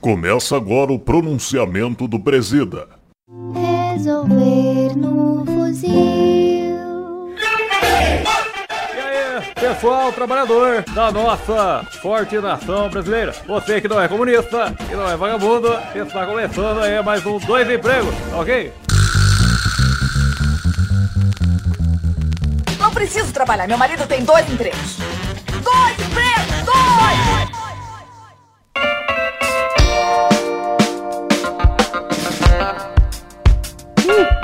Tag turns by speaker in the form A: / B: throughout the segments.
A: Começa agora o pronunciamento do presida.
B: Resolver no fuzil.
C: E aí, pessoal trabalhador da nossa forte nação brasileira, você que não é comunista, que não é vagabundo, está começando aí mais um Dois Empregos, tá ok?
D: Não preciso trabalhar, meu marido tem dois empregos. Dois empregos! Dois!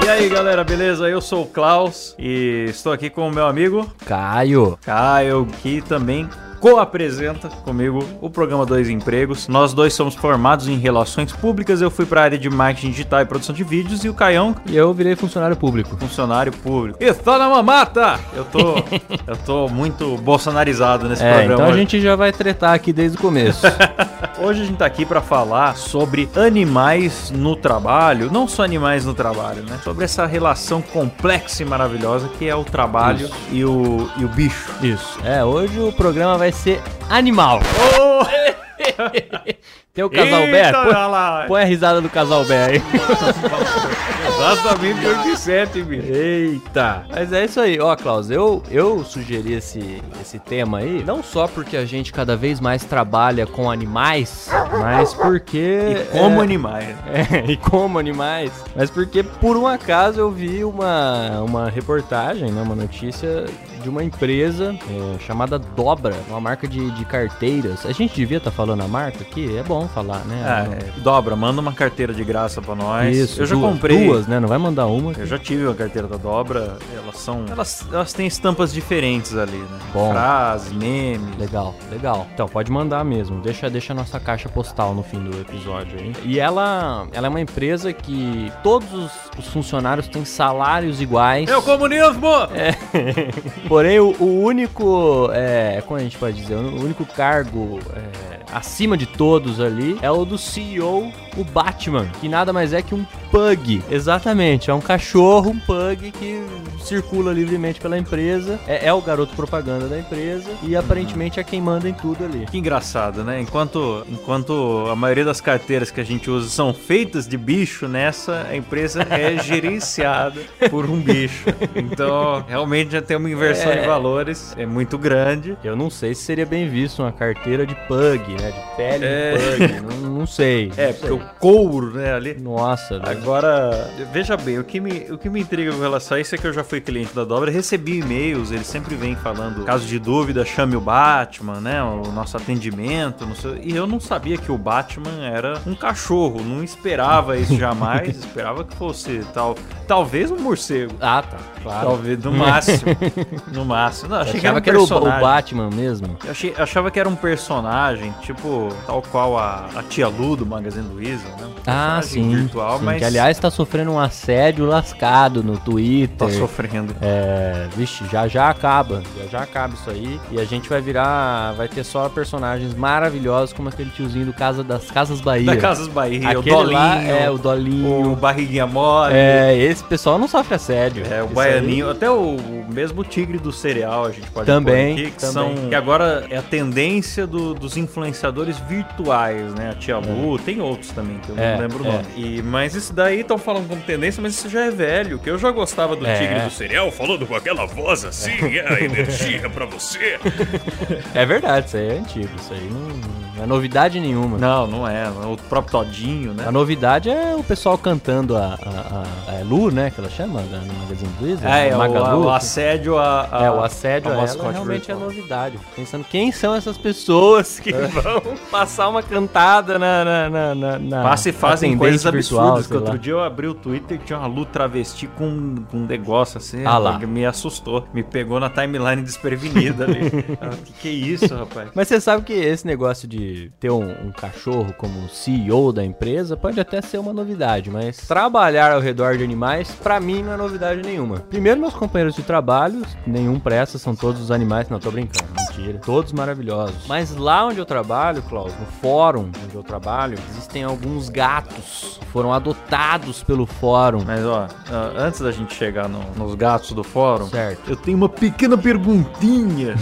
C: E aí galera, beleza? Eu sou o Klaus e estou aqui com o meu amigo
E: Caio.
C: Caio, que também co-apresenta comigo o programa Dois Empregos. Nós dois somos formados em relações públicas, eu fui para a área de marketing digital e produção de vídeos e o Caião
E: E eu virei funcionário público.
C: funcionário público. Está na mamata! Eu tô, eu tô muito bolsonarizado nesse
E: É,
C: programa.
E: então a
C: hoje.
E: gente já vai tretar aqui desde o começo.
C: Hoje a gente tá aqui para falar sobre animais no trabalho, não só animais no trabalho, né? Sobre essa relação complexa e maravilhosa que é o trabalho
E: Isso.
C: e o, e o bicho.
E: Isso. É, hoje o programa vai ser animal.
C: Ô!
E: Tem o casal
C: Oh! Eita,
E: Bé. Põe,
C: olha lá.
E: põe a risada do casal Bé aí.
C: Exatamente 87, bicho.
E: Eita! Mas é isso aí, ó, Klaus. Eu, eu sugeri esse, esse tema aí, não só porque a gente cada vez mais trabalha com animais, mas porque.
C: E como
E: é,
C: animais.
E: É, e como animais. Mas porque por um acaso eu vi uma, uma reportagem, né, uma notícia de uma empresa é, chamada Dobra, uma marca de, de carteiras. A gente devia estar falando a marca aqui, é bom falar,
C: Ah,
E: né?
C: é. Dobra, manda uma carteira de graça pra nós.
E: Isso,
C: eu já
E: duas,
C: comprei.
E: duas, né? Não vai mandar uma.
C: Eu já tive uma carteira da Dobra, elas são. Elas, elas têm estampas diferentes ali, né?
E: Bom.
C: Frase, meme.
E: Legal, legal. Então, pode mandar mesmo. Deixa, deixa a nossa caixa postal no fim do episódio aí. E ela, ela é uma empresa que todos os, os funcionários têm salários iguais.
C: É o comunismo!
E: Porém, o, o único. É, como a gente pode dizer? O único cargo é, acima de todos ali é o do CEO, o Batman, que nada mais é que um pug. Exatamente, é um cachorro, um pug que circula livremente pela empresa, é, é o garoto propaganda da empresa
C: Uhum.
E: e aparentemente é quem manda em tudo ali.
C: Que engraçado, né? Enquanto, enquanto a maioria das carteiras que a gente usa são feitas de bicho, nessa a empresa é gerenciada por um bicho. Então, realmente já tem uma inversão de valores, é muito grande.
E: Eu não sei se seria bem visto uma carteira de pug, né? De pele
C: É.
E: de pug. né, não, não sei.
C: É, porque o couro, né, ali.
E: Nossa, velho.
C: Agora, veja bem, o que, me, o que me intriga com relação a isso é que eu já fui cliente da Dobra, recebi e-mails, eles sempre vêm falando, caso de dúvida, chame o Batman, né? O nosso atendimento, não sei, e eu não sabia que o Batman era um cachorro, não esperava isso jamais, esperava que fosse tal, talvez um morcego.
E: Ah, tá. Claro.
C: Talvez, no máximo. No máximo. Não, Então, achei que era um
E: Achava que era o, o
C: personagem.
E: Batman mesmo.
C: Eu achei- achava que era um personagem, tipo, tal qual a, a tia Lu do Magazine Luiza, né? Um
E: Ah,
C: personagem
E: sim.
C: Virtual,
E: sim,
C: mas
E: Que aliás tá sofrendo um assédio lascado no Twitter.
C: tá sofrendo.
E: É, vixe, já já acaba. Já já acaba isso aí. E a gente vai virar. Vai ter só personagens maravilhosos, como aquele tiozinho do casa, das Casas Bahia.
C: Da Casas Bahia,
E: Aquele
C: o Dolinho,
E: lá, é, o
C: o
E: Dolinho.
C: Barriguinha Mole, é,
E: É, esse pessoal não sofre assédio.
C: o
E: Isso
C: Baianinho, até o, o mesmo Tigre do Cereal a gente pode
E: Também,
C: pôr aqui, que
E: também.
C: são... Que agora é a tendência do- dos influenciadores virtuais, né? A Tia Lu, tem outros também, que eu
E: É,
C: não lembro o
E: é.
C: nome. E, mas isso daí estão falando como tendência, mas isso já é velho, que eu já gostava do
E: É.
C: Tigre do
A: Cereal falando com aquela voz assim, é a energia pra você.
E: aí- É verdade, isso aí é antigo. Isso aí não, não é novidade nenhuma.
C: Não, não é. O próprio Todinho, né?
E: A novidade é o pessoal cantando a, a, a- a Lu, né? Que ela chama da- no Magazine Luiza. né,
C: Ah, é, o,
E: Magalu. assim.
C: o assédio a, Ah, a-
E: É, o assédio
C: ao
E: a ela
C: mascote
E: realmente é
C: virtual. É.
E: novidade. Pensando quem são essas pessoas que vão passar uma cantada na... na, na, na, na
C: Passa e fazem
E: atendente
C: coisas
E: é virtual,
C: absurdas. Que
E: sei
C: outro
E: lá.
C: dia eu abri o Twitter e tinha uma Lu travesti com um, com um negócio assim.
E: Ah lá.
C: que Me assustou. Me pegou na timeline desprevenida ali. Ah, que que é isso, rapaz?
E: Mas você sabe que esse negócio de ter um, um cachorro como CEO da empresa pode até ser uma novidade, mas trabalhar ao redor de animais, pra mim, não é novidade nenhuma. Primeiro, meus companheiros de trabalho, nenhum pressa, são todos os animais. Não, tô brincando. Não mentira. Todos maravilhosos. Mas lá onde eu trabalho, Klaus, no fórum onde eu trabalho, existem alguns gatos que foram adotados pelo fórum. né?
C: Mas ó, ah, antes da gente chegar no- nos gatos do fórum,
E: Certo.
C: eu tenho uma pequena perguntinha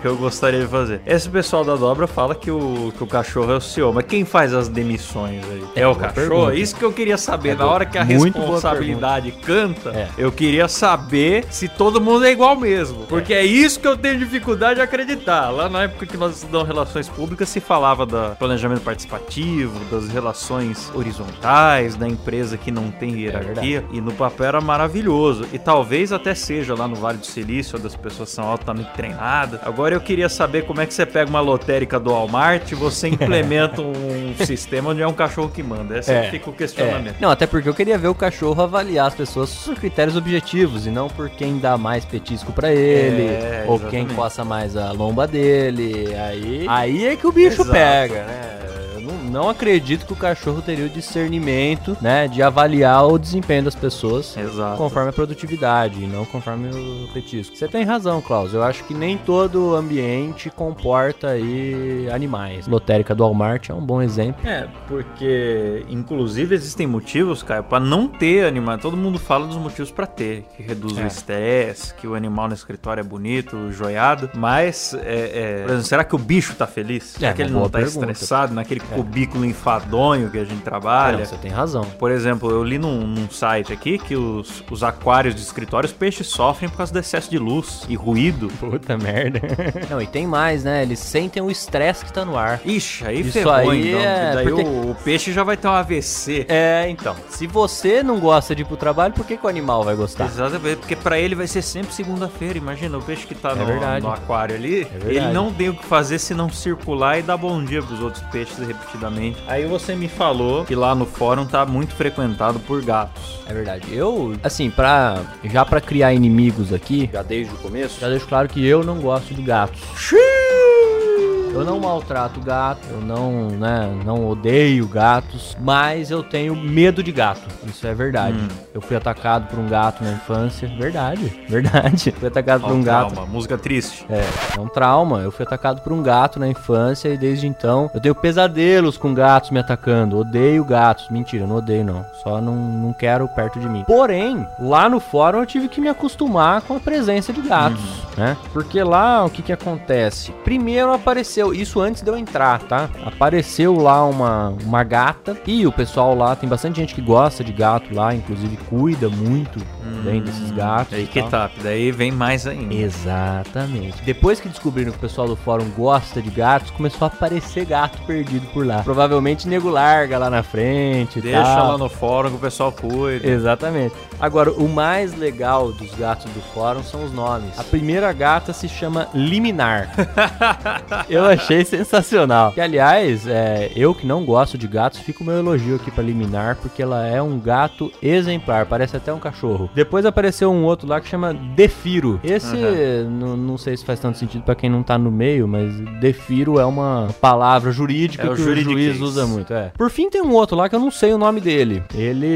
C: que eu gostaria de fazer. Esse pessoal da dobra fala que o, que o cachorro é o CEO, mas quem faz as demissões aí? É, o
E: boa
C: cachorro?
E: pergunta.
C: Isso que eu queria saber.
E: É
C: Na
E: boa-
C: hora que a
E: muito boa
C: responsabilidade canta,
E: É.
C: eu queria saber se todo mundo é igual mesmo. Porque é isso que eu tenho dificuldade de acreditar. Lá na época que nós estudamos relações públicas, se falava do planejamento participativo, das relações horizontais, da empresa que não tem
E: É
C: hierarquia. e no papel era maravilhoso. E talvez até seja lá no Vale do Silício, onde as pessoas são altamente treinadas. Agora eu queria saber como é que você pega uma lotérica do Walmart e você implementa um sistema onde é um cachorro que manda. Esse
E: É.
C: fica o
E: É.
C: questionamento.
E: Não, até porque eu queria ver o cachorro avaliar as pessoas por critérios objetivos e não por quem dá mais petisco pra ele
C: É,
E: ou
C: exatamente.
E: quem coça mais a lomba dele. Aí, aí é que o bicho
C: Exato. É.
E: pega, né? Eu não, não acredito que o cachorro teria o discernimento, né, de avaliar o desempenho das pessoas.
C: Exato.
E: Conforme a produtividade, e não conforme o petisco. Você tem razão, Klaus. Eu acho que nem todo ambiente comporta aí animais. Lotérica do Walmart é um bom exemplo.
C: É, porque inclusive existem motivos, cara, pra não ter animal. Todo mundo fala dos motivos pra ter, que reduz
E: É.
C: o estresse, que o animal no escritório é bonito, joiado, mas é, é, por exemplo, será que o bicho tá feliz?
E: É,
C: Será que
E: uma
C: ele não
E: boa
C: tá
E: pergunta.
C: estressado naquele
E: É.
C: cubículo enfadonho que a gente
E: Não,
C: trabalha?
E: você tem razão.
C: Por exemplo, eu li num, num site aqui que os, os aquários de escritório, os peixes sofrem por causa do excesso de luz e ruído.
E: Puta merda. Não, e tem mais, né? Eles sentem o estresse que tá no ar.
C: Ixi, aí
E: Isso
C: ferrou,
E: aí
C: então.
E: é-
C: que Daí
E: porque-
C: o, o peixe já vai ter um AVC.
E: É, então. Se você não gosta de ir pro trabalho, por que, que o animal vai gostar?
C: Exatamente, porque pra ele vai ser sempre segunda-feira. Imagina, o peixe que tá no,
E: É verdade. É
C: no aquário ali,
E: verdade.
C: ele não tem o que fazer se não circular e dar bom dia pros outros peixes repetidamente. Aí você me falou que lá no fórum tá muito frequentado por gatos.
E: É verdade. Eu, assim, pra. Já pra criar inimigos aqui. Já desde o começo? Já deixo claro que eu não gosto de gatos. Eu não maltrato gato, eu não, né, não odeio gatos, mas eu tenho medo de gato. Isso é verdade. Eu fui atacado por um gato na infância. Verdade, verdade. Fui atacado por um gato.
C: Calma, música triste.
E: É, é um trauma. Eu fui atacado por um gato na infância e desde então eu tenho pesadelos com gatos me atacando. Odeio gatos. Mentira, eu não odeio não. Só não, não quero perto de mim. Porém, lá no fórum eu tive que me acostumar com a presença de gatos,
C: Uhum.
E: né? Porque lá o que que acontece? Primeiro apareceu, isso antes de eu entrar, tá? Apareceu lá uma, uma gata e o pessoal lá, tem bastante gente que gosta de gato lá, inclusive cuida muito bem desses gatos.
C: Hum. Aí
E: e
C: que
E: tal.
C: tá, daí vem mais ainda.
E: Exatamente. Depois que descobriram que o pessoal do fórum gosta de gatos, começou a aparecer gato perdido por lá. Provavelmente nego larga lá na frente e
C: Deixa
E: tal.
C: lá no fórum que o pessoal cuida.
E: Exatamente. Agora, o mais legal dos gatos do fórum são os nomes. A primeira gata se chama Liminar. eu achei sensacional. Que, aliás, é, eu que não gosto de gatos, fica o meu elogio aqui pra Liminar, porque ela é um gato exemplar, parece até um cachorro. Depois apareceu um outro lá que chama Defiro. Esse, não- não sei se faz tanto sentido pra quem não tá no meio, mas Defiro é uma palavra jurídica
C: É o
E: que o
C: juridiquês.
E: juiz usa muito. Muito, é. Por fim, tem um outro lá que eu não sei o nome dele. Ele.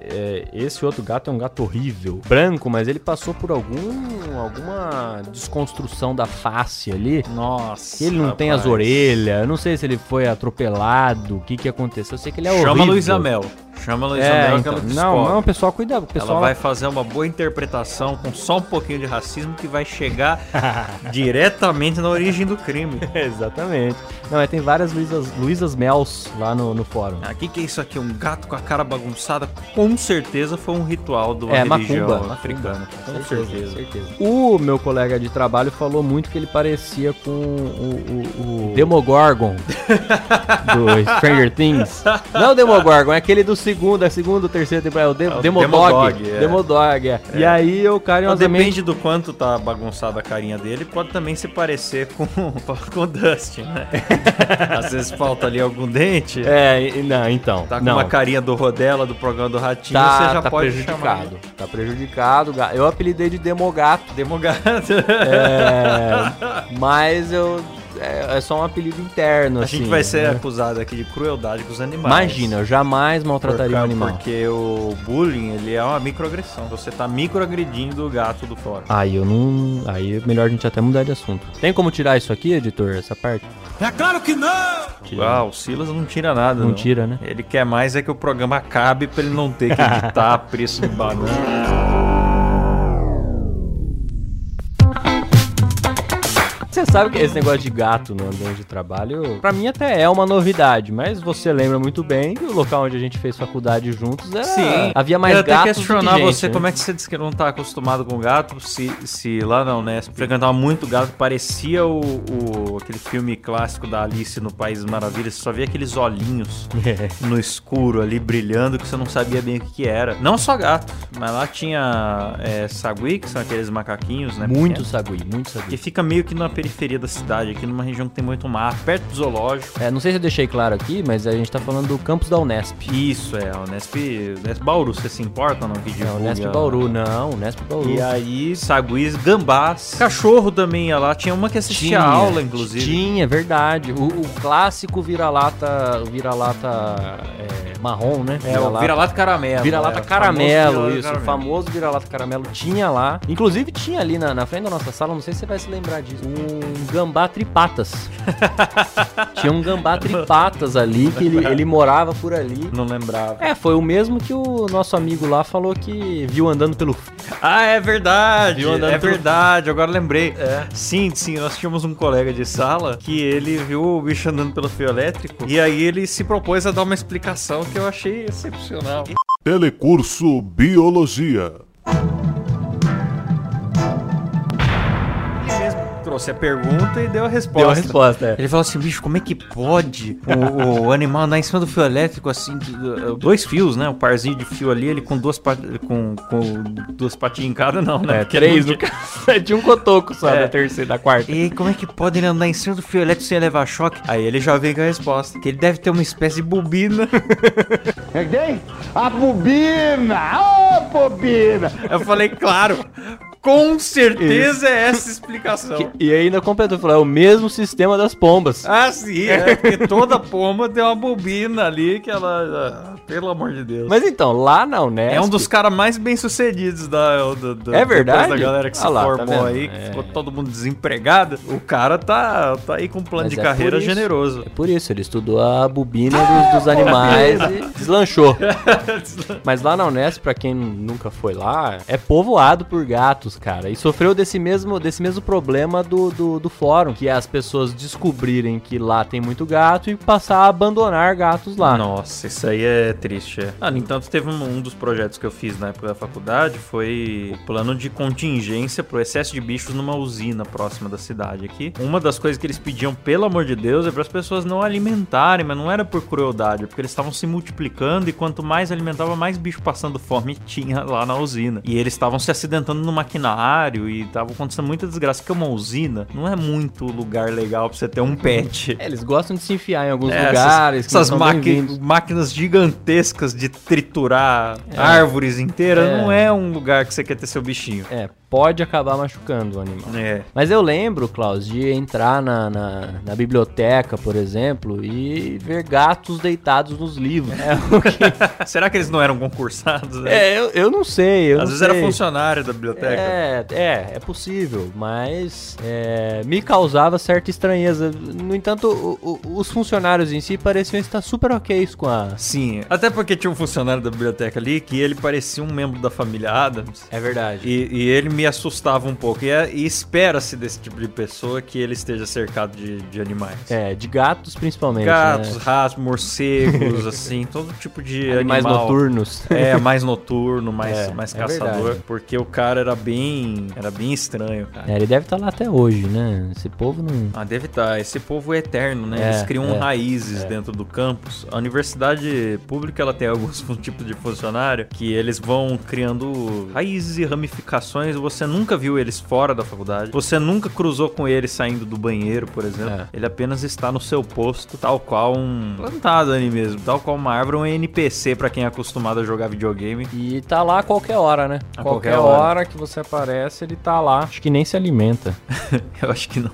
E: é, esse outro gato é um gato horrível. Branco, mas ele passou por algum. alguma desconstrução da face ali.
C: Nossa.
E: Ele não tem as
C: rapaz.
E: orelhas. Eu não sei se ele foi atropelado. O que que aconteceu? Eu sei que ele é horrível.
C: Chama a Luísa Mel. Chama a Luísa
E: É,
C: Mel
E: então,
C: que ela
E: não,
C: descobre.
E: não, pessoal, cuidado. Pessoal,
C: Ela vai fazer uma boa interpretação com só um pouquinho de racismo que vai chegar diretamente na origem do crime.
E: Exatamente. Não, é, tem várias Luísas, Luísas Mels lá no, no fórum.
C: Ah, que que é isso aqui? Um gato com a cara bagunçada? Com certeza foi um ritual de uma
E: É,
C: religião
E: macumba, macumba.
C: africana. Com certeza.
E: O meu colega de trabalho falou muito que ele parecia com o, o- o Demogorgon do Stranger Things. Não o Demogorgon, é aquele do segundo, a segunda, terceira temporada, o, Dem
C: É o
E: Demodog.
C: Demodog, é.
E: Demodog, é. E aí eu
C: Então,
E: carinhosamente...
C: depende do quanto tá bagunçada a carinha dele, pode também se parecer com, com o Dustin, né? Às vezes falta ali algum dente,
E: É, e- não, então.
C: tá com
E: não.
C: uma carinha do Rodela, do programa do Ratinho, você já
E: tá
C: pode
E: prejudicado. Tá prejudicado. ga- Eu apelidei de Demogato.
C: chamar ele. Demogado.
E: É, mas eu é, é só um apelido interno,
C: A
E: assim.
C: gente vai ser
E: né?
C: acusado aqui de crueldade com os animais.
E: Imagina, eu jamais maltrataria um
C: Por causa-
E: animal.
C: Porque o bullying, ele é uma microagressão. Você tá microagredindo o gato do fora.
E: Aí eu não. Aí é melhor a gente até mudar de assunto. Tem como tirar isso aqui, editor, essa parte?
C: É claro que não!
E: Tira.
C: Ah, o Silas não tira nada,
E: Não tira, né?
C: Ele quer mais é que o programa acabe pra ele não ter que editar preço de banana.
E: Você sabe que esse negócio de gato no ambiente de trabalho, pra mim até é uma novidade, mas você lembra muito bem que o local onde a gente fez faculdade juntos era. Havia mais
C: Eu ia até
E: gatos.
C: questionar
E: do que gente,
C: você
E: né?
C: como é que você disse que não tá acostumado com gato, se, se lá na Unesp frequentava muito gato, parecia o, o- aquele filme clássico da Alice no País das Maravilhas, você só via aqueles olhinhos
E: É,
C: no escuro ali brilhando que você não sabia bem o que, que era. Não só gato, mas lá tinha é, sagui, que são aqueles macaquinhos, né?
E: Muito
C: pequenos,
E: sagui, muito sagui.
C: Que fica meio que na periferia da cidade, aqui numa região que tem muito mar, perto do zoológico.
E: É, não sei se eu deixei claro aqui, mas a gente tá falando do campus da Unesp.
C: Isso, é, a Unesp, Unesp Bauru, você se importa ou não? Que
E: É, Unesp
C: divulga-
E: Bauru, não, Unesp Bauru.
C: E aí, saguis, gambás, cachorro também ia lá. Tinha uma que assistia a aula, inclusive.
E: Tinha, é verdade. O, o clássico vira-lata, o vira-lata é, marrom, né?
C: É, o vira-lata caramelo.
E: Vira-lata
C: é, o famoso
E: caramelo,
C: vira-lata
E: isso.
C: caramelo.
E: O famoso vira-lata caramelo tinha lá. Inclusive tinha ali na, na frente da nossa sala, não sei se você vai se lembrar disso, um gambá tripatas. tinha um gambá tripatas ali, que ele, ele morava por ali.
C: Não lembrava.
E: É, foi o mesmo que o nosso amigo lá falou que viu andando pelo...
C: Ah, é verdade.
E: Viu andando
C: É
E: pelo- É.
C: verdade, agora lembrei. Sim, sim, nós tínhamos um colega de sala que ele viu o bicho andando pelo fio elétrico e aí ele se propôs a dar uma explicação que eu achei excepcional.
F: Telecurso Biologia.
C: Ele mesmo trouxe a pergunta e deu a resposta.
E: Deu a resposta, é.
C: Ele falou assim, bicho, como é que pode o, o animal andar em cima do fio elétrico assim, de- de- dois fios, né? Um parzinho de fio ali, ele com duas pa- com, com duas patinhas em cada, não, né?
E: É,
C: Porque
E: três
C: não
E: no caso. É, Tinha um cotoco só,
C: É.
E: da terceira, da quarta.
C: E como é que pode ele andar em cima do fio elétrico sem levar choque? Aí ele já vem com a resposta, que ele deve ter uma espécie de bobina.
E: É
G: A bobina! Ô, bobina!
C: Eu falei, claro, com certeza é essa explicação.
E: E ainda completou, falou, é o mesmo sistema das pombas.
C: Ah, sim, é, porque toda pomba tem uma bobina ali que ela, ah, pelo amor de Deus.
E: Mas então, lá na Unesp...
C: É um dos caras mais bem-sucedidos da, da, da-
E: É verdade?
C: depois da galera que se
E: Ah lá, tá
C: formou
E: vendo?
C: aí, que
E: É.
C: ficou todo mundo desempregado. O cara tá, tá aí com um plano
E: Mas
C: de
E: é
C: carreira
E: por isso.
C: generoso.
E: É por isso, ele estudou a bobina
C: Ah,
E: dos, dos animais e deslanchou. Mas lá na Unesp, pra quem nunca foi lá, é povoado por gatos, cara. E sofreu desse mesmo, desse mesmo problema do, do, do fórum, que é as pessoas descobrirem que lá tem muito gato e passar a abandonar gatos lá.
C: Nossa, isso aí é triste. é. Ah, no entanto, teve um, um dos projetos que eu fiz na época da faculdade foi o plano de contingência pro excesso de bichos numa usina próxima da cidade aqui. Uma das coisas que eles pediam, pelo amor de Deus, é para as pessoas não alimentarem, mas não era por crueldade, é porque eles estavam se multiplicando e quanto mais alimentava, mais bicho passando fome tinha lá na usina. E eles estavam se acidentando no maquinário e tava acontecendo muita desgraça, porque uma usina não é muito lugar legal pra você ter um pet.
E: É, eles gostam de se enfiar em alguns
C: É,
E: lugares. que não
C: essas, essas
E: são
C: maqui-
E: bem-vindos.
C: máquinas gigantescas de triturar árvores inteiras
E: É.
C: não é um lugar que você quer ter seu bichinho.
E: É, pode acabar machucando o animal.
C: É.
E: Mas eu lembro, Klaus, de entrar na, na, na biblioteca, por exemplo, e ver gatos deitados nos livros.
C: É, Será que eles não eram concursados? né?
E: É, eu, eu não sei.
C: Às
E: Eu não
C: vezes
E: sei.
C: era funcionário da biblioteca.
E: É, é, é possível, mas é, me causava certa estranheza. No entanto, o- o- os funcionários em si pareciam estar super ok com a.
C: Sim. Até porque tinha um funcionário da biblioteca ali que ele parecia um membro da família Adams.
E: É verdade.
C: E, e ele me assustava um pouco. E, é- e espera-se desse tipo de pessoa que ele esteja cercado de, de animais.
E: É, de gatos principalmente.
C: Gatos,
E: né?
C: ratos, morcegos, assim, todo tipo de
E: animais
C: animal.
E: noturnos.
C: É, mais noturno, mais,
E: É,
C: mais
E: é
C: caçador.
E: verdade.
C: porque o cara era bem. Era bem estranho, cara.
E: É, ele deve estar lá até hoje, né? Esse povo não.
C: Ah, deve estar. Esse povo é eterno, né?
E: É,
C: Eles criam
E: é,
C: raízes dentro do campus. A universidade pública, ela tem alguns tipos de funcionário que eles vão criando raízes e ramificações. Você nunca viu eles fora da faculdade. Você nunca cruzou com ele saindo do banheiro, por exemplo.
E: É.
C: Ele apenas está no seu posto, tal qual um plantado ali mesmo. Tal qual uma árvore, um NPC pra quem é acostumado a jogar videogame.
E: E tá lá a qualquer hora, né?
C: A
E: qualquer
C: qualquer hora.
E: hora que você aparece, ele tá lá. Acho que nem se alimenta.
C: Eu acho que não.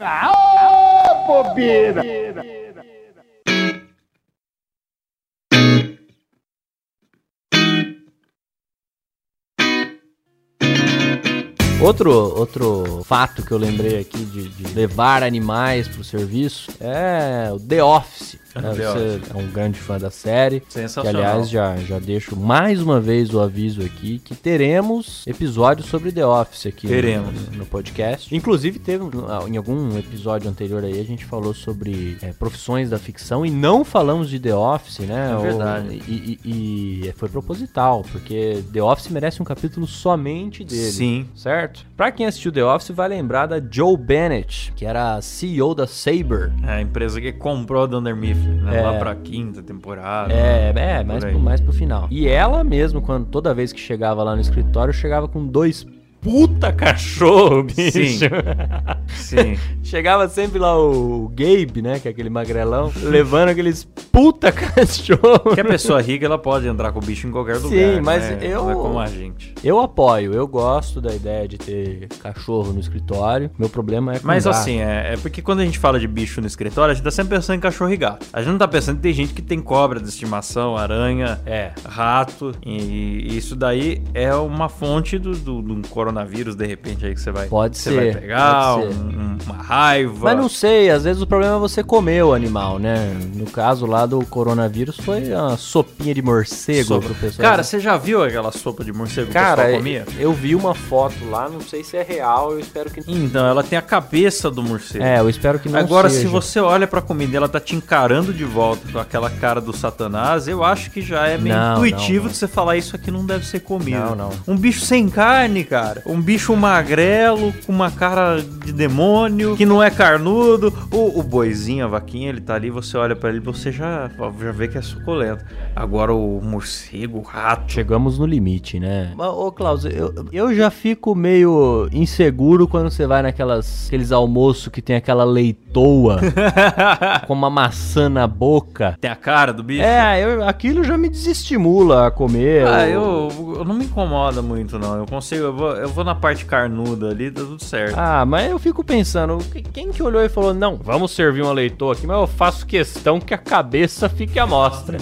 G: Ah, ô, bobina!
E: Outro, outro fato que eu lembrei aqui de, de levar animais pro serviço é o The Office. né?
C: The
E: Você é um grande fã da série. Que,
C: Sensacional.
E: aliás, já, já deixo mais uma vez o aviso aqui que teremos episódios sobre The Office aqui no-
C: Teremos.
E: No, podcast. Inclusive, teve ah, em algum episódio anterior aí, a gente falou sobre eh, profissões da ficção e não falamos de The Office, né?
C: É
E: O-
C: verdade.
E: e, e- e foi proposital, porque The Office merece um capítulo somente é dele.
C: Sim.
E: Certo? Pra quem assistiu The Office, vai lembrar da Joe Bennett, que era a CEO da Sabre.
C: É a empresa que comprou a Dunder Mifflin, né?
E: É.
C: Lá pra quinta temporada.
E: É, é,
C: Por
E: mais
C: aí.
E: pro, mais pro final. E ela mesmo, quando toda vez que chegava lá no escritório, chegava com dois puta cachorro, bicho.
C: Sim. Sim.
E: Chegava sempre lá o, o Gabe, né, que é aquele magrelão, levando aqueles puta cachorro.
C: Porque a pessoa rica, ela pode entrar com o bicho em qualquer lugar.
E: Sim, mas
C: né?
E: eu-
C: Não é como a gente.
E: Eu apoio, eu gosto da ideia de ter cachorro no escritório. Meu problema é com
C: Mas
E: gato.
C: assim, é, é porque quando a gente fala de bicho no escritório, a gente tá sempre pensando em cachorro e gato. A gente não tá pensando que tem gente que tem cobra de estimação, aranha,
E: É.
C: rato. E, e isso daí é uma fonte do, do, de um coronavírus, de repente, aí que você vai,
E: Pode
C: você
E: ser,
C: vai pegar,
E: pode ser.
C: um- um- uma raiva.
E: Mas não sei, às vezes o problema é você comer o animal, né? No caso lá do coronavírus foi uma sopinha de morcego
C: Sopa.
E: pro pessoal.
C: Cara, você já viu aquela sopa de morcego que o
E: Cara, é-
C: pessoal
E: eu,
C: comia?
E: eu vi uma foto lá, não sei se é real, eu espero que
C: Então, ela tem a cabeça do morcego.
E: É, eu espero que não
C: Agora,
E: seja.
C: se você olha pra comida e ela tá te encarando de volta com aquela cara do satanás, eu acho que já é meio
E: Não, não,
C: intuitivo
E: não.
C: que você falar isso aqui não deve ser comido.
E: Não, não.
C: Um bicho sem carne, cara. Um bicho magrelo, com uma cara de demônio, que não é carnudo. O, o boizinho, a vaquinha, ele tá ali, você olha pra ele, você já, já vê que é suculento. Agora, o morcego, o rato...
E: Chegamos no limite, né? Mas, ô, Klaus, eu, eu já fico meio inseguro quando você vai naquelas aqueles almoços que tem aquela leitoa com uma maçã na boca.
C: Tem a cara do bicho?
E: É, eu- aquilo já me desestimula a comer.
C: Ah, eu, eu não me incomoda muito, não. Eu consigo, eu vou, eu vou na parte carnuda ali, tá tudo certo.
E: Ah, mas eu fico pensando, que- quem que olhou e falou, não, vamos servir uma leitoa aqui, mas eu faço questão que a cabeça fique à mostra.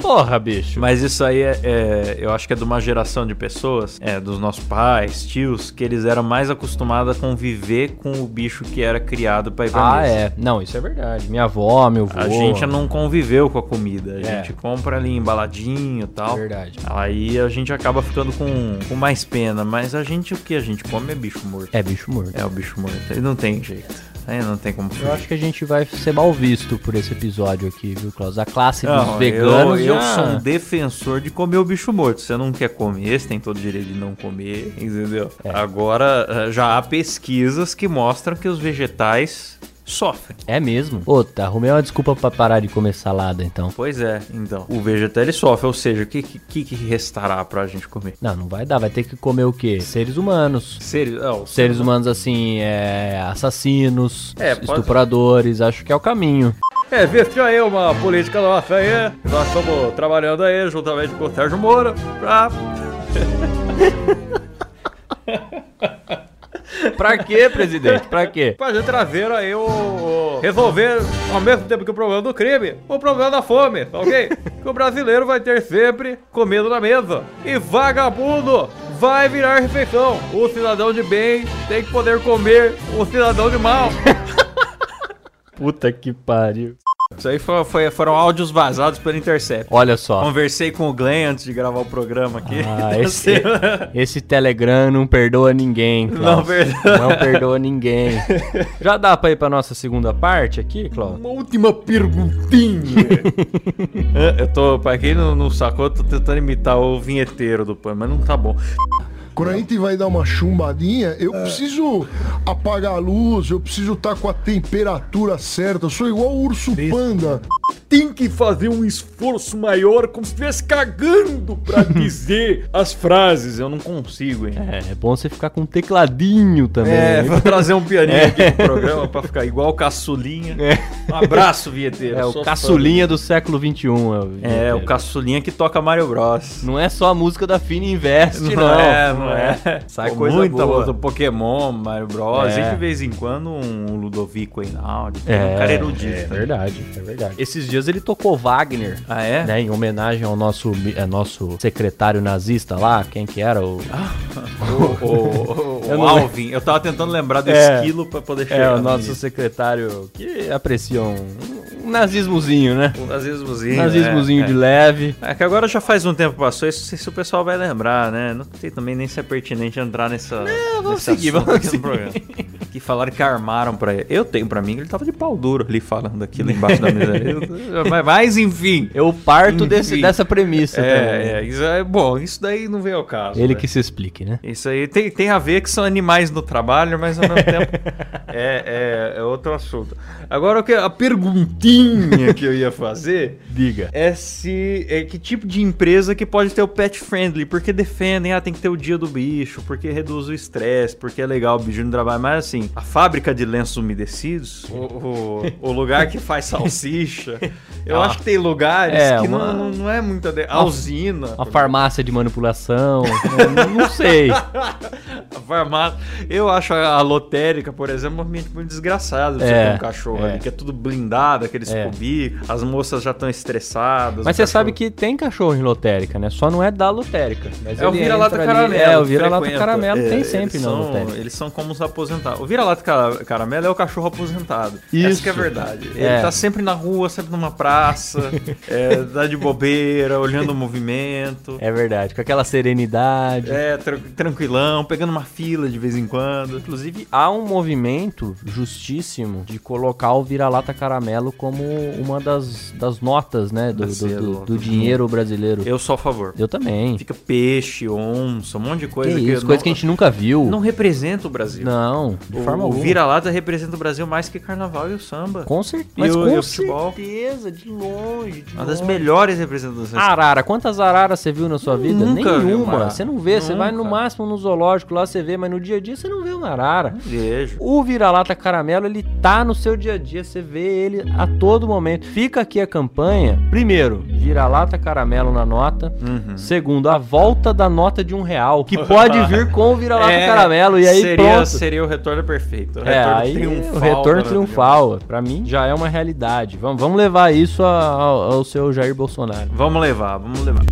E: Porra, bicho.
C: Mas isso aí é, é- eu acho que é de uma geração de pessoas, é, dos nossos pais, tios, que eles eram mais acostumados a conviver com o bicho que era criado pra ir pra
E: Ah,
C: mesa.
E: é. Não, isso é verdade. Minha avó, meu é vô.
C: A gente é não conviveu com a comida, a
E: É.
C: gente compra ali embaladinho e
E: É
C: tal.
E: verdade.
C: Aí a gente acaba ficando com, com mais pena, mas a gente, o que a gente come é bicho morto.
E: É bicho morto.
C: É o bicho morto, aí não tem jeito, aí não tem como
E: Eu acho que a gente vai ser mal visto por esse episódio aqui, viu, Klaus? A classe dos
C: Não,
E: veganos
C: eu, eu
E: já-
C: sou um defensor de comer o bicho morto. Você não quer comer, você tem todo o direito de não comer, entendeu? Agora, eh, já há pesquisas que mostram que os vegetais sofrem.
E: É mesmo? Ô, tá, arrumei uma desculpa pra parar de comer salada, então.
C: Pois é, então. O vegetal ele sofre, ou seja, o que, que, que restará pra gente comer?
E: Não, não vai dar, vai ter que comer o quê? Seres humanos.
C: Sério? É, o
E: Seres humanos, assim, é... assassinos,
C: É, pode-
E: estupradores, acho que é o caminho.
C: É, vestiu aí uma política nossa aí. Nós estamos trabalhando aí juntamente com o Sérgio Moro pra.
E: Pra quê, presidente? Pra quê?
C: pra gente trazer aí o, o- Resolver, ao mesmo tempo que o problema do crime, o problema da fome, tá ok? que o brasileiro vai ter sempre comida na mesa. E vagabundo vai virar refeição. O cidadão de bem tem que poder comer o cidadão de mal.
E: Puta que pariu.
C: Isso aí foi, foi- foram áudios vazados pelo Intercept.
E: Olha só.
C: Conversei com o Glenn antes de gravar o programa aqui.
E: Ah, esse, esse Telegram não perdoa ninguém, Klaus.
C: Não perdoa.
E: Não perdoa ninguém. Já dá pra ir pra nossa segunda parte aqui, Klaus?
C: Uma última perguntinha. eu tô, pra quem não, não sacou, eu tô tentando imitar o vinheteiro do Pan, mas não tá bom.
F: Quando a gente vai dar uma chumbadinha, eu preciso tá apagar a luz, eu preciso estar com a temperatura certa. Eu sou igual o urso panda.
H: tem que fazer um esforço maior, como se estivesse cagando pra dizer as frases. Eu não consigo, hein?
E: É, é bom você ficar com um tecladinho também.
C: É,
E: né?
C: vou trazer um pianinho aqui pro programa pra ficar igual o Caçulinha. Um abraço, Vieteiro.
E: É,
C: Sou
E: o
C: fã.
E: caçulinha do século XXI. É, o
C: É, o
E: Vieteiro.
C: Caçulinha que toca Mario Bros.
E: Não é só a música da Fini Invest, não.
C: é, não é.
E: Sai
C: Pô,
E: coisa
C: muita
E: boa.
C: música, Pokémon, Mario Bros.
E: É.
C: E de vez em quando um Ludovico Einaudi.
E: É,
C: um cara erudito.
E: É
C: também.
E: verdade, é verdade. Esses dias ele tocou Wagner.
C: Ah, é?
E: Né, em homenagem ao nosso, mi- eh, nosso secretário nazista lá, quem que era? O,
C: O, o- o
E: Eu não-
C: Alvin. Eu tava tentando lembrar do
E: É.
C: esquilo pra poder chegar.
E: é, o
C: no
E: nosso
C: início.
E: secretário que aprecia um, um nazismozinho, né?
C: O nazismozinho.
E: nazismozinho
C: é,
E: de
C: é.
E: leve.
C: É que agora já faz um tempo que passou, isso não sei se o pessoal vai lembrar, né? Não sei também nem se é pertinente entrar nessa. Não,
E: vamos seguir, vamos seguir.
C: Que falaram que armaram pra ele. Eu tenho pra mim que ele tava de pau duro ali falando aquilo embaixo da mesa. Eu- mas, mas enfim.
E: Eu parto desse-
C: Enfim.
E: dessa premissa. também. né?
C: É, é, isso é, bom, isso daí não veio ao caso.
E: Ele
C: né?
E: que se explique, né?
C: Isso aí tem, tem a ver que são animais no trabalho, mas ao mesmo tempo é, é- é outro assunto. Agora, o que- a perguntinha que eu ia fazer
E: Diga.
C: é se é que tipo de empresa que pode ter o pet friendly, porque defendem, ah, tem que ter o dia do bicho, porque reduz o estresse, porque é legal o bicho não trabalha, mas assim, a fábrica de lenços umedecidos, o, o- o lugar que faz salsicha, eu
E: Ah.
C: acho que tem lugares
E: É,
C: que
E: uma-
C: não, não, não é muito ade... a usina,
E: Uma
C: por
E: farmácia de manipulação. eu não sei.
C: A farmácia. Eu acho a a lotérica, por exemplo, um ambiente muito desgraçado. Você
E: É,
C: tem um cachorro
E: é.
C: ali que é tudo blindado, aqueles
E: É.
C: é. as moças já estão estressadas.
E: Mas
C: o
E: você
C: cachorro-
E: sabe que tem cachorro em lotérica, né? Só não é da lotérica. Mas
C: É o
E: ele
C: vira-lata
E: entra ali-
C: caramelo.
E: É, o
C: que
E: vira-lata
C: frequenta.
E: caramelo
C: É,
E: tem
C: eles
E: sempre na
C: são-
E: lotérica.
C: Eles são como os aposentados. O vira-lata ca- caramelo é o cachorro aposentado.
E: Isso.
C: Essa que é a verdade. Ele
E: É.
C: tá sempre na rua, sempre numa praça, é, dá de bobeira, olhando o movimento.
E: É verdade, com aquela serenidade.
C: É, tran- tranquilão, pegando uma fila de vez em quando.
E: Inclusive, há um movimento justíssimo de colocar o vira-lata caramelo como uma das, das notas, né? Do, do- do- do
C: Brasileiro.
E: dinheiro brasileiro. Eu,
C: Eu sou a favor.
E: também.
C: Fica peixe, onça, um monte de
E: Que
C: coisa que,
E: isso,
C: não,
E: coisa que a gente nunca viu.
C: não
E: Não,
C: representa o Brasil.
E: de
C: O-
E: forma
C: o
E: alguma.
C: vira-lata representa o Brasil mais que carnaval e o samba.
E: Com certeza.
C: E o- e
E: com
C: o futebol?
E: certeza, de longe. De
C: Uma das
E: longe.
C: melhores representações.
E: Arara, quantas araras você viu na sua vida?
C: Nunca vi uma
E: Nenhuma.
C: arara.
E: Você não vê, você vai no
C: Nunca.
E: máximo no zoológico lá, você vê, mas no dia a dia você não vê uma arara.
C: Vejo.
E: O vira-lata caramelo, ele tá no seu dia a dia, você vê ele a todo momento. Fica aqui a campanha. Primeiro, vira-lata caramelo na nota.
C: Uhum.
E: Segundo, a volta da nota de um real, que pode vir com o vira-lata caramelo. E aí
C: É, seria,
E: pronto.
C: seria o retorno perfeito. O
E: É,
C: retorno
E: aí
C: triunfal.
E: o retorno
C: né?
E: triunfal, pra mim, já é uma realidade. Vamos, vamos levar isso a- ao, ao seu Jair Bolsonaro.
C: Vamos levar, vamos levar.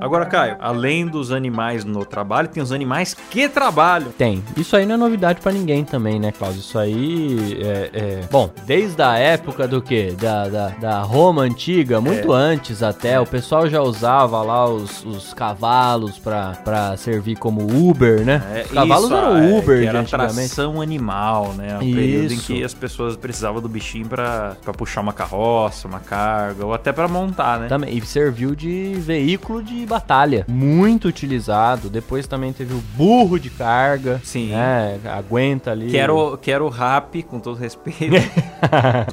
C: Agora, Caio, além dos animais no trabalho, tem os animais que trabalham.
E: Tem. Isso aí não é novidade pra ninguém também, né, Klaus? Isso aí é, é- Bom, desde a época do quê? Da, da, da Roma antiga, muito
C: É.
E: antes até, o pessoal já usava lá os, os cavalos pra, pra servir como Uber, né?
C: É,
E: os cavalos
C: isso,
E: eram
C: é,
E: Uber
C: que
E: de
C: era
E: antigamente.
C: tração animal, né? Um período em
E: Isso.
C: que as pessoas precisavam do bichinho pra, pra puxar uma carroça, uma carga, ou até pra montar, né?
E: Também, e serviu de veículo de batalha, muito utilizado. Depois também teve o burro de carga.
C: Sim.
E: né? Aguenta ali.
C: Que era o, que era o rap, com todo respeito.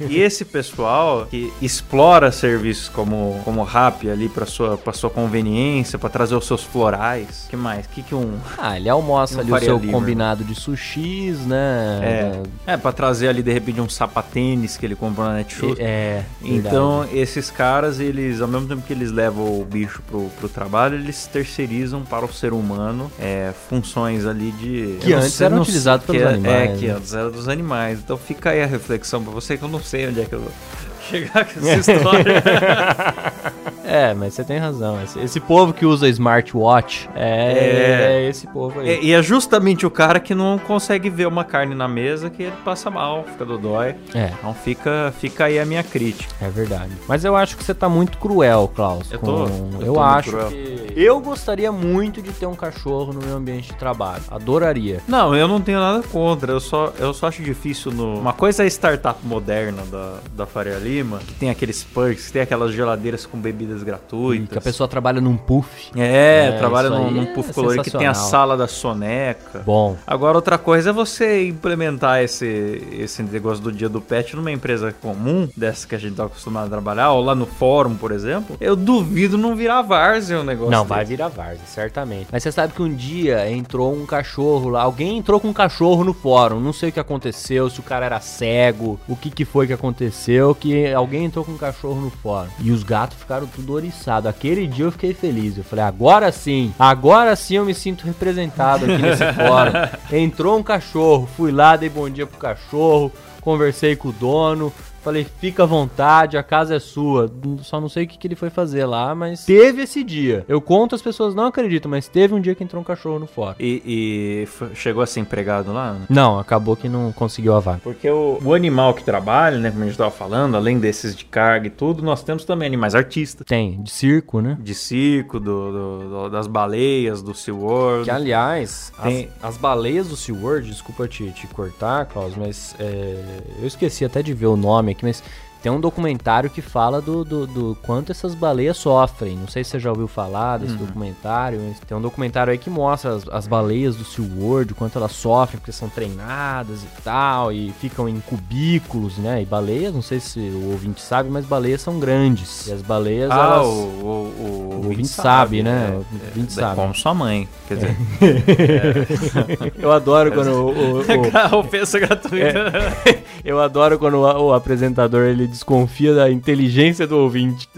C: e esse pessoal que explora serviços como, como rap ali pra sua, pra sua conveniência, pra trazer os seus florais. que mais? que, que um.
E: Ah, ele almoça
C: Não
E: ali o
C: faria
E: seu
C: livre. né?
E: combinado de sushis, né?
C: É, pra trazer ali de repente um sapatênis que ele comprou na Netshoes.
E: É. é
C: Então, esses caras, eles, ao mesmo tempo que eles levam o bicho pro, pro trabalho, eles terceirizam para o ser humano é, funções ali de.
E: Que
C: eu não
E: antes
C: sei-
E: eram
C: não sei-
E: utilizados
C: que é- É,
E: pelos animais,
C: que
E: né?
C: antes era dos animais. Então fica aí a reflexão pra você que eu não sei onde é que eu vou chegar com essa história.
E: É, mas você tem razão. Esse, esse povo que usa smartwatch é,
C: É.
E: é esse povo aí.
C: e, e é justamente o cara que não consegue ver uma carne na mesa que ele passa mal, fica dodói.
E: É,
C: Então fica, fica aí a minha crítica.
E: é verdade. Mas eu acho que você tá muito cruel, Klaus.
C: Eu tô- eu
E: com- Eu,
C: tô muito
E: acho
C: cruel.
E: que Eu gostaria muito de ter um cachorro no meu ambiente de trabalho. Adoraria.
C: Não, eu não tenho nada contra. Eu só, eu só acho difícil no. Uma coisa é a startup moderna da, da Faria Lima, que tem aqueles perks, que tem aquelas geladeiras com bebidas gratuitas.
E: Que a pessoa trabalha num puff.
C: É,
E: É,
C: trabalha
E: isso
C: num,
E: aí
C: num
E: é
C: puff colorido que tem a
E: sensacional.
C: sala da soneca.
E: Bom.
C: Agora, outra coisa é você implementar esse, esse negócio do dia do pet numa empresa comum, dessa que a gente tá acostumado a trabalhar, ou lá no fórum, por exemplo. Eu duvido não virar várzea o negócio.
E: Não, vai
C: desse.
E: virar várzea, certamente. Mas você sabe que um dia entrou um cachorro lá, alguém entrou com um cachorro no fórum, não sei o que aconteceu, se o cara era cego, o que que foi que aconteceu, que alguém entrou com um cachorro no fórum. E os gatos ficaram tudo oriçado. Aquele dia eu fiquei feliz, eu falei, agora sim, agora sim eu me sinto representado aqui nesse fórum. Entrou um cachorro, fui lá, dei bom dia pro cachorro, conversei com o dono, Falei, fica à vontade, a casa é sua. Só não sei o que, que ele foi fazer lá, mas teve esse dia. Eu conto, as pessoas não acreditam, mas teve um dia que entrou um cachorro no fórum.
C: E, e f- chegou a ser empregado lá?
E: Não, acabou que não conseguiu a vaga.
C: Porque o, o animal que trabalha, né, como a gente tava falando, além desses de carga e tudo, nós temos também animais artistas.
E: Tem, de circo, né?
C: De circo, do- do- do- das baleias, do SeaWorld.
E: Que, aliás,
C: Tem-
E: as, as baleias do SeaWorld, desculpa te, te cortar, Klaus, mas é, eu esqueci até de ver o nome aqui, mas tem um documentário que fala do, do, do quanto essas baleias sofrem. Não sei se você já ouviu falar desse
C: Uhum.
E: documentário, mas tem um documentário aí que mostra as, as baleias do SeaWorld, o quanto elas sofrem, porque são treinadas e tal, e ficam em cubículos, né? E baleias, não sei se o ouvinte sabe, mas baleias são grandes. E as baleias,
C: Ah,
E: elas...
C: o, o, o,
E: O
C: ouvinte
E: ouvinte sabe, né? O ouvinte
C: é,
E: sabe.
C: Como sua mãe, quer dizer.
E: Eu adoro quando o- o- o,
C: É. Ofensa gratuita.
E: Eu adoro quando o, o apresentador ele desconfia da inteligência do ouvinte.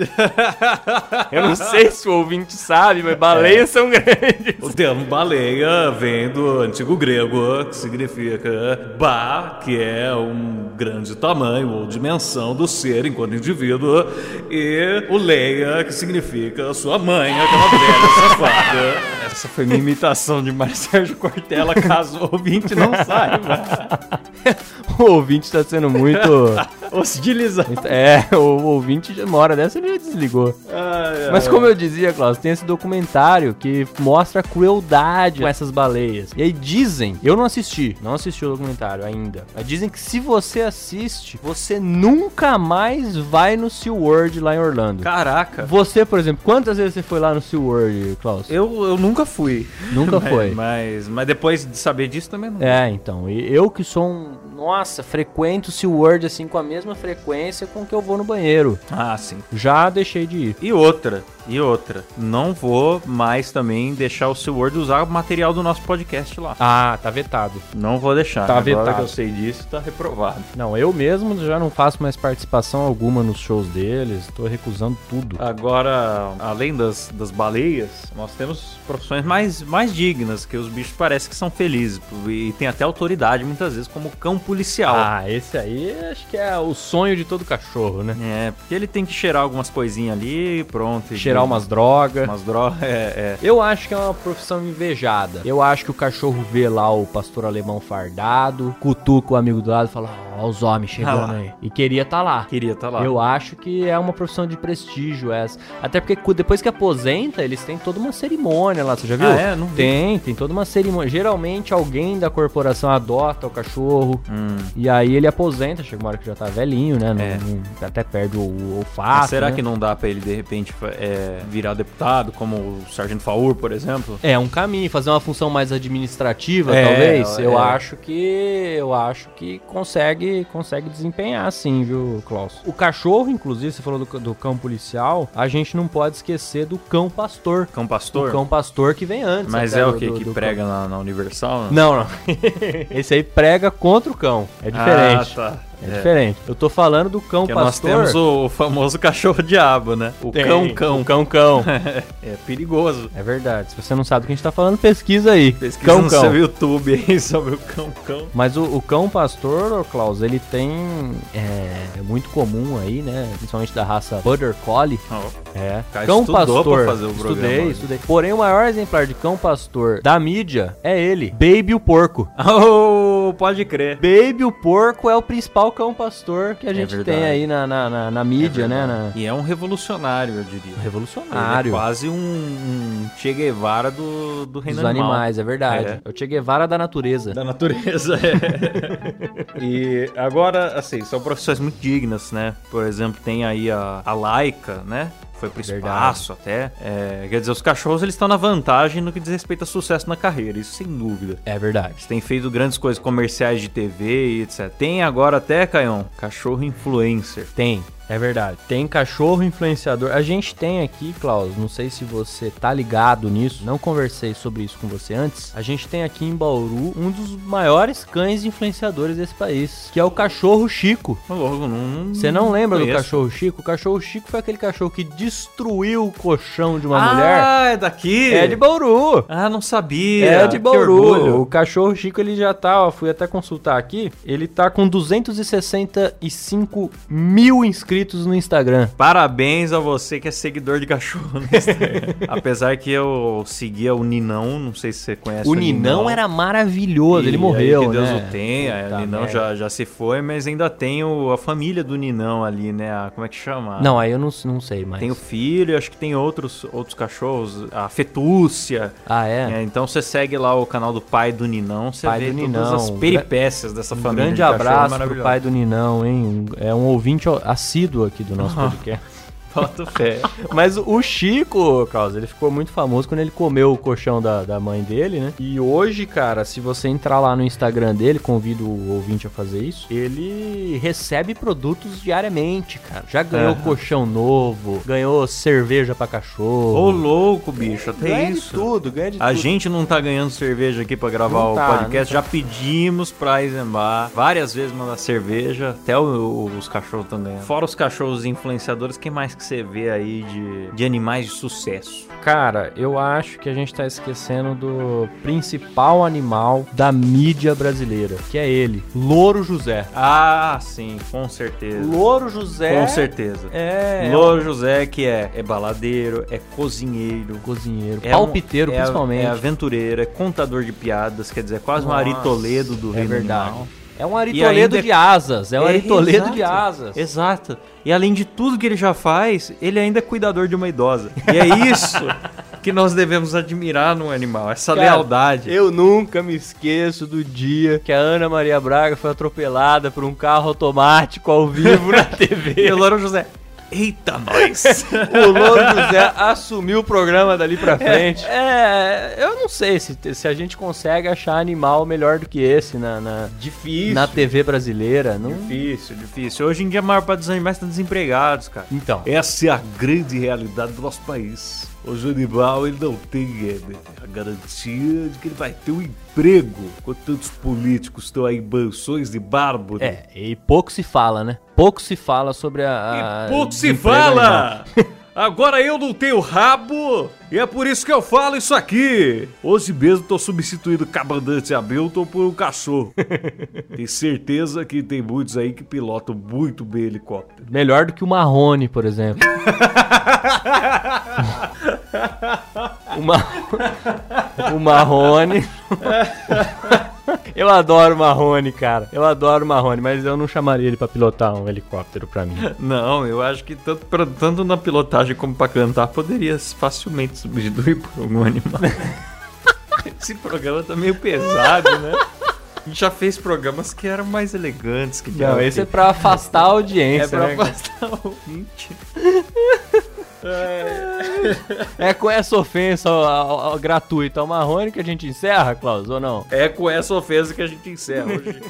E: Eu não sei se o ouvinte sabe, mas baleias são grandes.
A: O termo baleia vem do antigo grego, que significa ba, que é um grande tamanho ou dimensão do ser enquanto indivíduo, e o leia, que significa sua mãe, aquela velha safada.
C: Essa foi minha imitação de Mário Sérgio Cortella, caso o ouvinte não saiba.
E: O ouvinte tá sendo muito.
C: Hostilizado.
E: É, o, ouvinte já- uma hora dessa ele já desligou. Mas como eu dizia, Klaus, tem esse documentário que mostra a crueldade com essas baleias. E aí dizem, eu não assisti, não assisti o documentário ainda. Mas dizem que se você assiste, você nunca mais vai no SeaWorld lá em Orlando.
C: Caraca.
E: Você, por exemplo, quantas vezes você foi lá no SeaWorld, Klaus?
C: Eu, é, eu nunca fui.
E: Nunca
A: É,
C: Mas-
E: foi.
C: Mas, mas depois de saber disso também não.
E: É, então, e eu que sou um. Nossa, frequento o SeaWorld assim com a mesma frequência com que eu vou no banheiro.
C: Ah, sim.
E: Já deixei de ir.
C: E outra, e outra. Não vou mais também deixar o SeaWorld usar o material do nosso podcast lá.
E: Ah, tá vetado.
C: Não vou deixar.
E: Tá
C: Agora
E: vetado.
C: que eu sei disso, tá reprovado.
E: Não, eu mesmo já não faço mais participação alguma nos shows deles, tô recusando tudo.
C: Agora, além das, das baleias, nós temos profissões mais, mais dignas, que os bichos parecem que são felizes. E tem até autoridade, muitas vezes, como cão policial.
E: Ah, esse aí acho que é o sonho de todo cachorro, né?
C: É, porque ele tem que cheirar algumas coisinhas ali e pronto. e-
E: Cheirar umas drogas.
C: umas drogas. É, é.
E: Eu acho que é uma profissão invejada. Eu acho que o cachorro vê lá o pastor alemão fardado, cutuca o amigo do lado e fala: Ó, os homens
C: Ah
E: chegando
C: lá.
E: aí. E queria estar lá.
C: Queria estar lá. Ah,
E: Eu acho que é uma profissão de prestígio essa. Até porque cu- depois que aposenta, eles têm toda uma cerimônia lá, você já viu?
C: Ah, é? Não vi.
E: Tem, tem toda uma cerimônia. Geralmente alguém da corporação adota o cachorro e aí ele aposenta, chega uma hora que já tá velhinho, né? Não-
C: Hum. É.
E: não- até perde o, o
C: Mas
E: olfato.
C: Ah, será
E: né?
C: que não dá pra ele, de repente, fa- é, virar deputado, como o Sargento Faur, por exemplo?
E: É um caminho, fazer uma função mais administrativa,
C: É,
E: talvez.
C: é.
E: Eu acho que eu acho que consegue consegue desempenhar, sim, viu, Klaus. O cachorro, inclusive, você falou do, do cão policial. A gente não pode esquecer do cão pastor.
C: Cão
E: O
C: pastor?
E: cão pastor que vem antes.
C: Mas
E: até
C: é
E: do-
C: o que?
E: do-
C: Que
E: do
C: prega
E: cão.
C: na, na Universal? né?
E: Não, não. Esse aí prega contra o cão. É diferente.
C: Ah, tá.
E: É diferente. Eu tô falando do cão
C: Porque nós
E: pastor.
C: temos o famoso cachorro-diabo, né? O
E: Tem,
C: cão-cão.
E: o cão-cão.
C: É perigoso.
E: É verdade. Se você não sabe do que a gente tá falando, pesquisa aí.
C: Pesquisa no seu YouTube aí sobre o cão-cão.
E: Mas o, o cão pastor, ô Klaus, ele tem. É, é muito comum aí, né? Principalmente da raça Border Collie. É.
C: Ah, Cara,
E: cão
C: estudou
E: pastor.
C: pra fazer o
E: estudei,
C: programa né? hoje.
E: estudei. Porém, o maior exemplar de cão pastor da mídia é ele, Baby o Porco.
C: Oh, o Pode Crer.
E: Baby, o porco é o principal cão pastor que a gente
C: É verdade.
E: tem aí na, na, na, na mídia, né? Na-
C: E é um revolucionário, eu diria. Ele é
E: Revolucionário.
C: quase um, um Che Guevara do, do reino
E: Dos
C: animal.
E: animais, é verdade.
C: É.
E: É. o Che Guevara da natureza.
C: Da natureza, é. e agora, assim, são profissões muito dignas, né? Por exemplo, tem aí a, a Laika, né? Foi pro espaço até. É, quer dizer, os cachorros eles estão na vantagem no que diz respeito a sucesso na carreira, isso sem dúvida.
E: É verdade.
C: Eles têm feito grandes coisas comerciais de TV e etc. Tem agora até, Caião, cachorro influencer.
E: Tem, é verdade. Tem cachorro influenciador. A gente tem aqui, Klaus, não sei se você tá ligado nisso, não conversei sobre isso com você antes. A gente tem aqui em Bauru um dos maiores cães influenciadores desse país, que é o cachorro Chico.
C: Ô, louco, não- não-
E: Você não lembra do
C: Hum, conheço.
E: cachorro Chico? O cachorro Chico foi aquele cachorro que destruiu o colchão de uma
C: ah,
E: mulher.
C: é daqui?
E: É de Bauru.
C: Ah, não sabia.
E: É de
C: Que
E: Bauru. O
C: orgulho.
E: cachorro Chico, ele já tá, ó, fui até consultar aqui, ele tá com 265 mil inscritos no Instagram.
C: Parabéns a você que é seguidor de cachorro. no Instagram. Apesar que eu seguia o Ninão, não sei se você conhece o,
E: O Ninão era maravilhoso,
C: E
E: ele
C: aí
E: morreu,
C: Que Deus
E: né?
C: o tenha.
E: Puta
C: o Ninão
E: merda.
C: já, já se foi, mas ainda tem o- a família do Ninão ali, né? A- como é que chama?
E: Não, aí eu não, não sei mais.
C: Tem o filho, acho que tem outros, outros cachorros, a Fetúcia.
E: Ah, é?
C: É, então você segue lá o canal do pai do Ninão, você
E: Pai
C: vê
E: do
C: todas
E: Ninão.
C: as peripécias dessa
E: Um
C: família. tá
E: grande
C: de cachorro
E: abraço pro
C: maravilhosa.
E: pai do Ninão, hein? Um- É um ouvinte assíduo aqui do nosso podcast.
C: Bota fé.
E: Mas o Chico, Carlos, ele ficou muito famoso quando ele comeu o colchão da, da mãe dele, né? E hoje, cara, se você entrar lá no Instagram dele, convido o ouvinte a fazer isso, ele recebe produtos diariamente, cara. Já ganhou
C: Aham.
E: colchão novo, ganhou cerveja pra
C: Ô,
E: cachorro.
C: louco, bicho, até
E: ganha é de
C: isso.
E: tudo, ganha de
C: A
E: tudo.
C: gente não tá ganhando cerveja aqui pra gravar
E: Não
C: o
E: tá,
C: podcast. Já pedimos pra Eisenbar várias vezes mandar cerveja. Até o- o- os cachorros estão ganhando. Fora os cachorros influenciadores, quem mais que você vê aí de, de animais de sucesso?
E: Cara, eu acho que a gente tá esquecendo do principal animal da mídia brasileira, que é ele, Louro José.
C: Ah, sim, com certeza.
E: Louro José.
C: Com certeza.
E: É, é um
C: Louro José, que é, é baladeiro, é cozinheiro.
E: cozinheiro,
C: É
E: palpiteiro
C: um- é-
E: principalmente.
C: É aventureiro, é contador de piadas, quer dizer, é quase um Ari
E: Nossa,
C: Toledo do
E: é
C: reino
E: verdade.
C: animal.
E: É um
C: E ainda
E: aritoledo
C: é-
E: de asas. É um aritoledo de asas.
C: Exato. E além de tudo que ele já faz, ele ainda é cuidador de uma idosa. E é isso que nós devemos admirar num animal, essa
E: Cara,
C: lealdade.
E: Eu nunca me esqueço do dia que a Ana Maria Braga foi atropelada por um carro automático ao vivo na
C: E
E: TV.
C: o Louro José, eita nós!
E: o Louro José assumiu o programa dali pra frente. É, eu não sei se, se a gente consegue achar animal melhor do que esse na, na,
C: Difícil.
E: na TV brasileira. Não...
C: Difícil, difícil. Hoje em dia a maior parte dos animais estão desempregados, cara.
E: Então,
A: Essa é a grande realidade do nosso país. Hoje o animal ele não tem Heber, a garantia de que ele vai ter um emprego. Quando tantos políticos estão aí em mansões de bárbaro.
E: é, e pouco se fala, né? Pouco se fala sobre a. a-
A: E pouco se
E: desemprego animal.
A: fala! Agora eu não tenho rabo e é por isso que eu falo isso aqui. Hoje mesmo tô substituindo o cabandante Hamilton por um cachorro. Tenho certeza que tem muitos aí que pilotam muito bem helicóptero.
E: Melhor do que o Marrone, por exemplo. o, Ma... o Marrone. eu adoro o Marrone, cara. Eu adoro o Marrone, mas eu não chamaria ele pra pilotar um helicóptero pra mim.
C: Não, eu acho que tanto, pra- tanto na pilotagem como pra cantar poderia facilmente substituir por algum animal. Esse programa tá meio pesado, né? A gente já fez programas que eram mais elegantes, que tinham-
E: Não, esse é pra afastar a
C: é
E: audiência,
C: pra
E: né?
C: afastar o ouvinte.
E: É com essa ofensa ao- ao- ao- gratuita ao Marrone que a gente encerra, Klaus, ou não?
C: É com essa ofensa que a gente encerra hoje.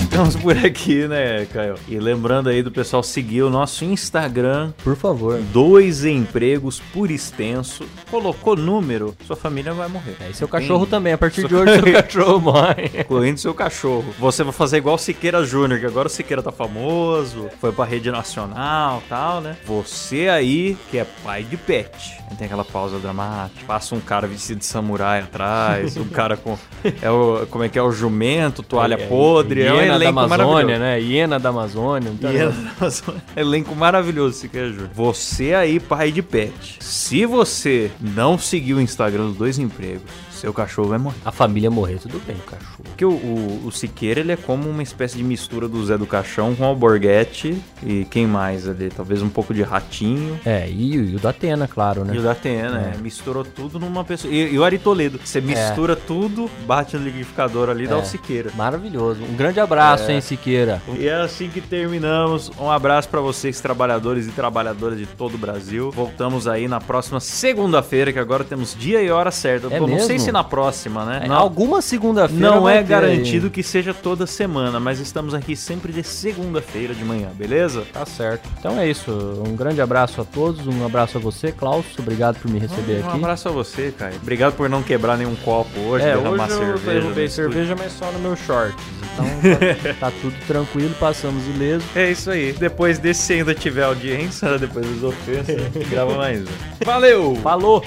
C: Estamos por aqui, né, Caio? E lembrando aí do pessoal seguir o nosso Instagram,
E: Por favor.
C: dois empregos por extenso. Colocou número, sua família vai morrer.
E: É, e seu cachorro também, a partir de hoje seu cachorro morre.
C: Incluindo seu cachorro. Você vai fazer igual o Siqueira Júnior, que agora o Siqueira tá famoso, foi pra rede nacional tal, né? Você aí, que é pai de pet. Aí Tem aquela pausa dramática. Passa um cara vestido de samurai atrás, um cara com. É o, como é que é? O jumento, toalha
E: É, é,
C: podre. É, um
E: hiena da
C: elenco
E: Amazônia,
C: maravilhoso.
E: né? Hiena da Amazônia. não tá
C: E ela- nossa, Elenco maravilhoso, se quer, Júlio. Você aí, pai de pet. Se você não seguir o Instagram dos dois empregos, seu cachorro vai morrer.
E: A família morreu, tudo bem, o cachorro.
C: Porque o, o, o Siqueira, ele é como uma espécie de mistura do Zé do Caixão com o Alborguete e quem mais ali? Talvez um pouco de Ratinho.
E: É, e, o- e o da Atena, claro,
C: E
E: né?
C: o da Atena, é. misturou tudo numa pessoa. E, e o Ari Toledo, você mistura tudo, bate no liquidificador ali, dá o Siqueira.
E: Maravilhoso. Um grande abraço, hein, Siqueira.
C: E é assim que terminamos. Um abraço pra vocês, trabalhadores e trabalhadoras de todo o Brasil. Voltamos aí na próxima segunda-feira, que agora temos dia e hora certa.
E: É
C: Pô, Não sei
E: mesmo?
C: se na próxima, né?
E: É,
C: Não-
E: Alguma segunda-feira.
C: não é
E: vai ter
C: garantido
E: aí.
C: que seja toda semana, mas estamos aqui sempre de segunda-feira de manhã, beleza?
E: Tá certo. Então é isso. Um grande abraço a todos. Um abraço a você, Klaus. Obrigado por me receber
C: Um
E: aqui.
C: abraço a você, Caio. Obrigado por não quebrar nenhum copo hoje,
E: É,
C: derramar
E: hoje eu
C: cerveja.
E: derrubei
C: no estúdio.
E: cerveja, mas só no meu shorts. Então tá, tá tudo tranquilo, passamos ileso.
C: É isso aí. Depois assim, desse, se ainda tiver audiência, depois das ofensas, grava mais um. Valeu!
E: Falou!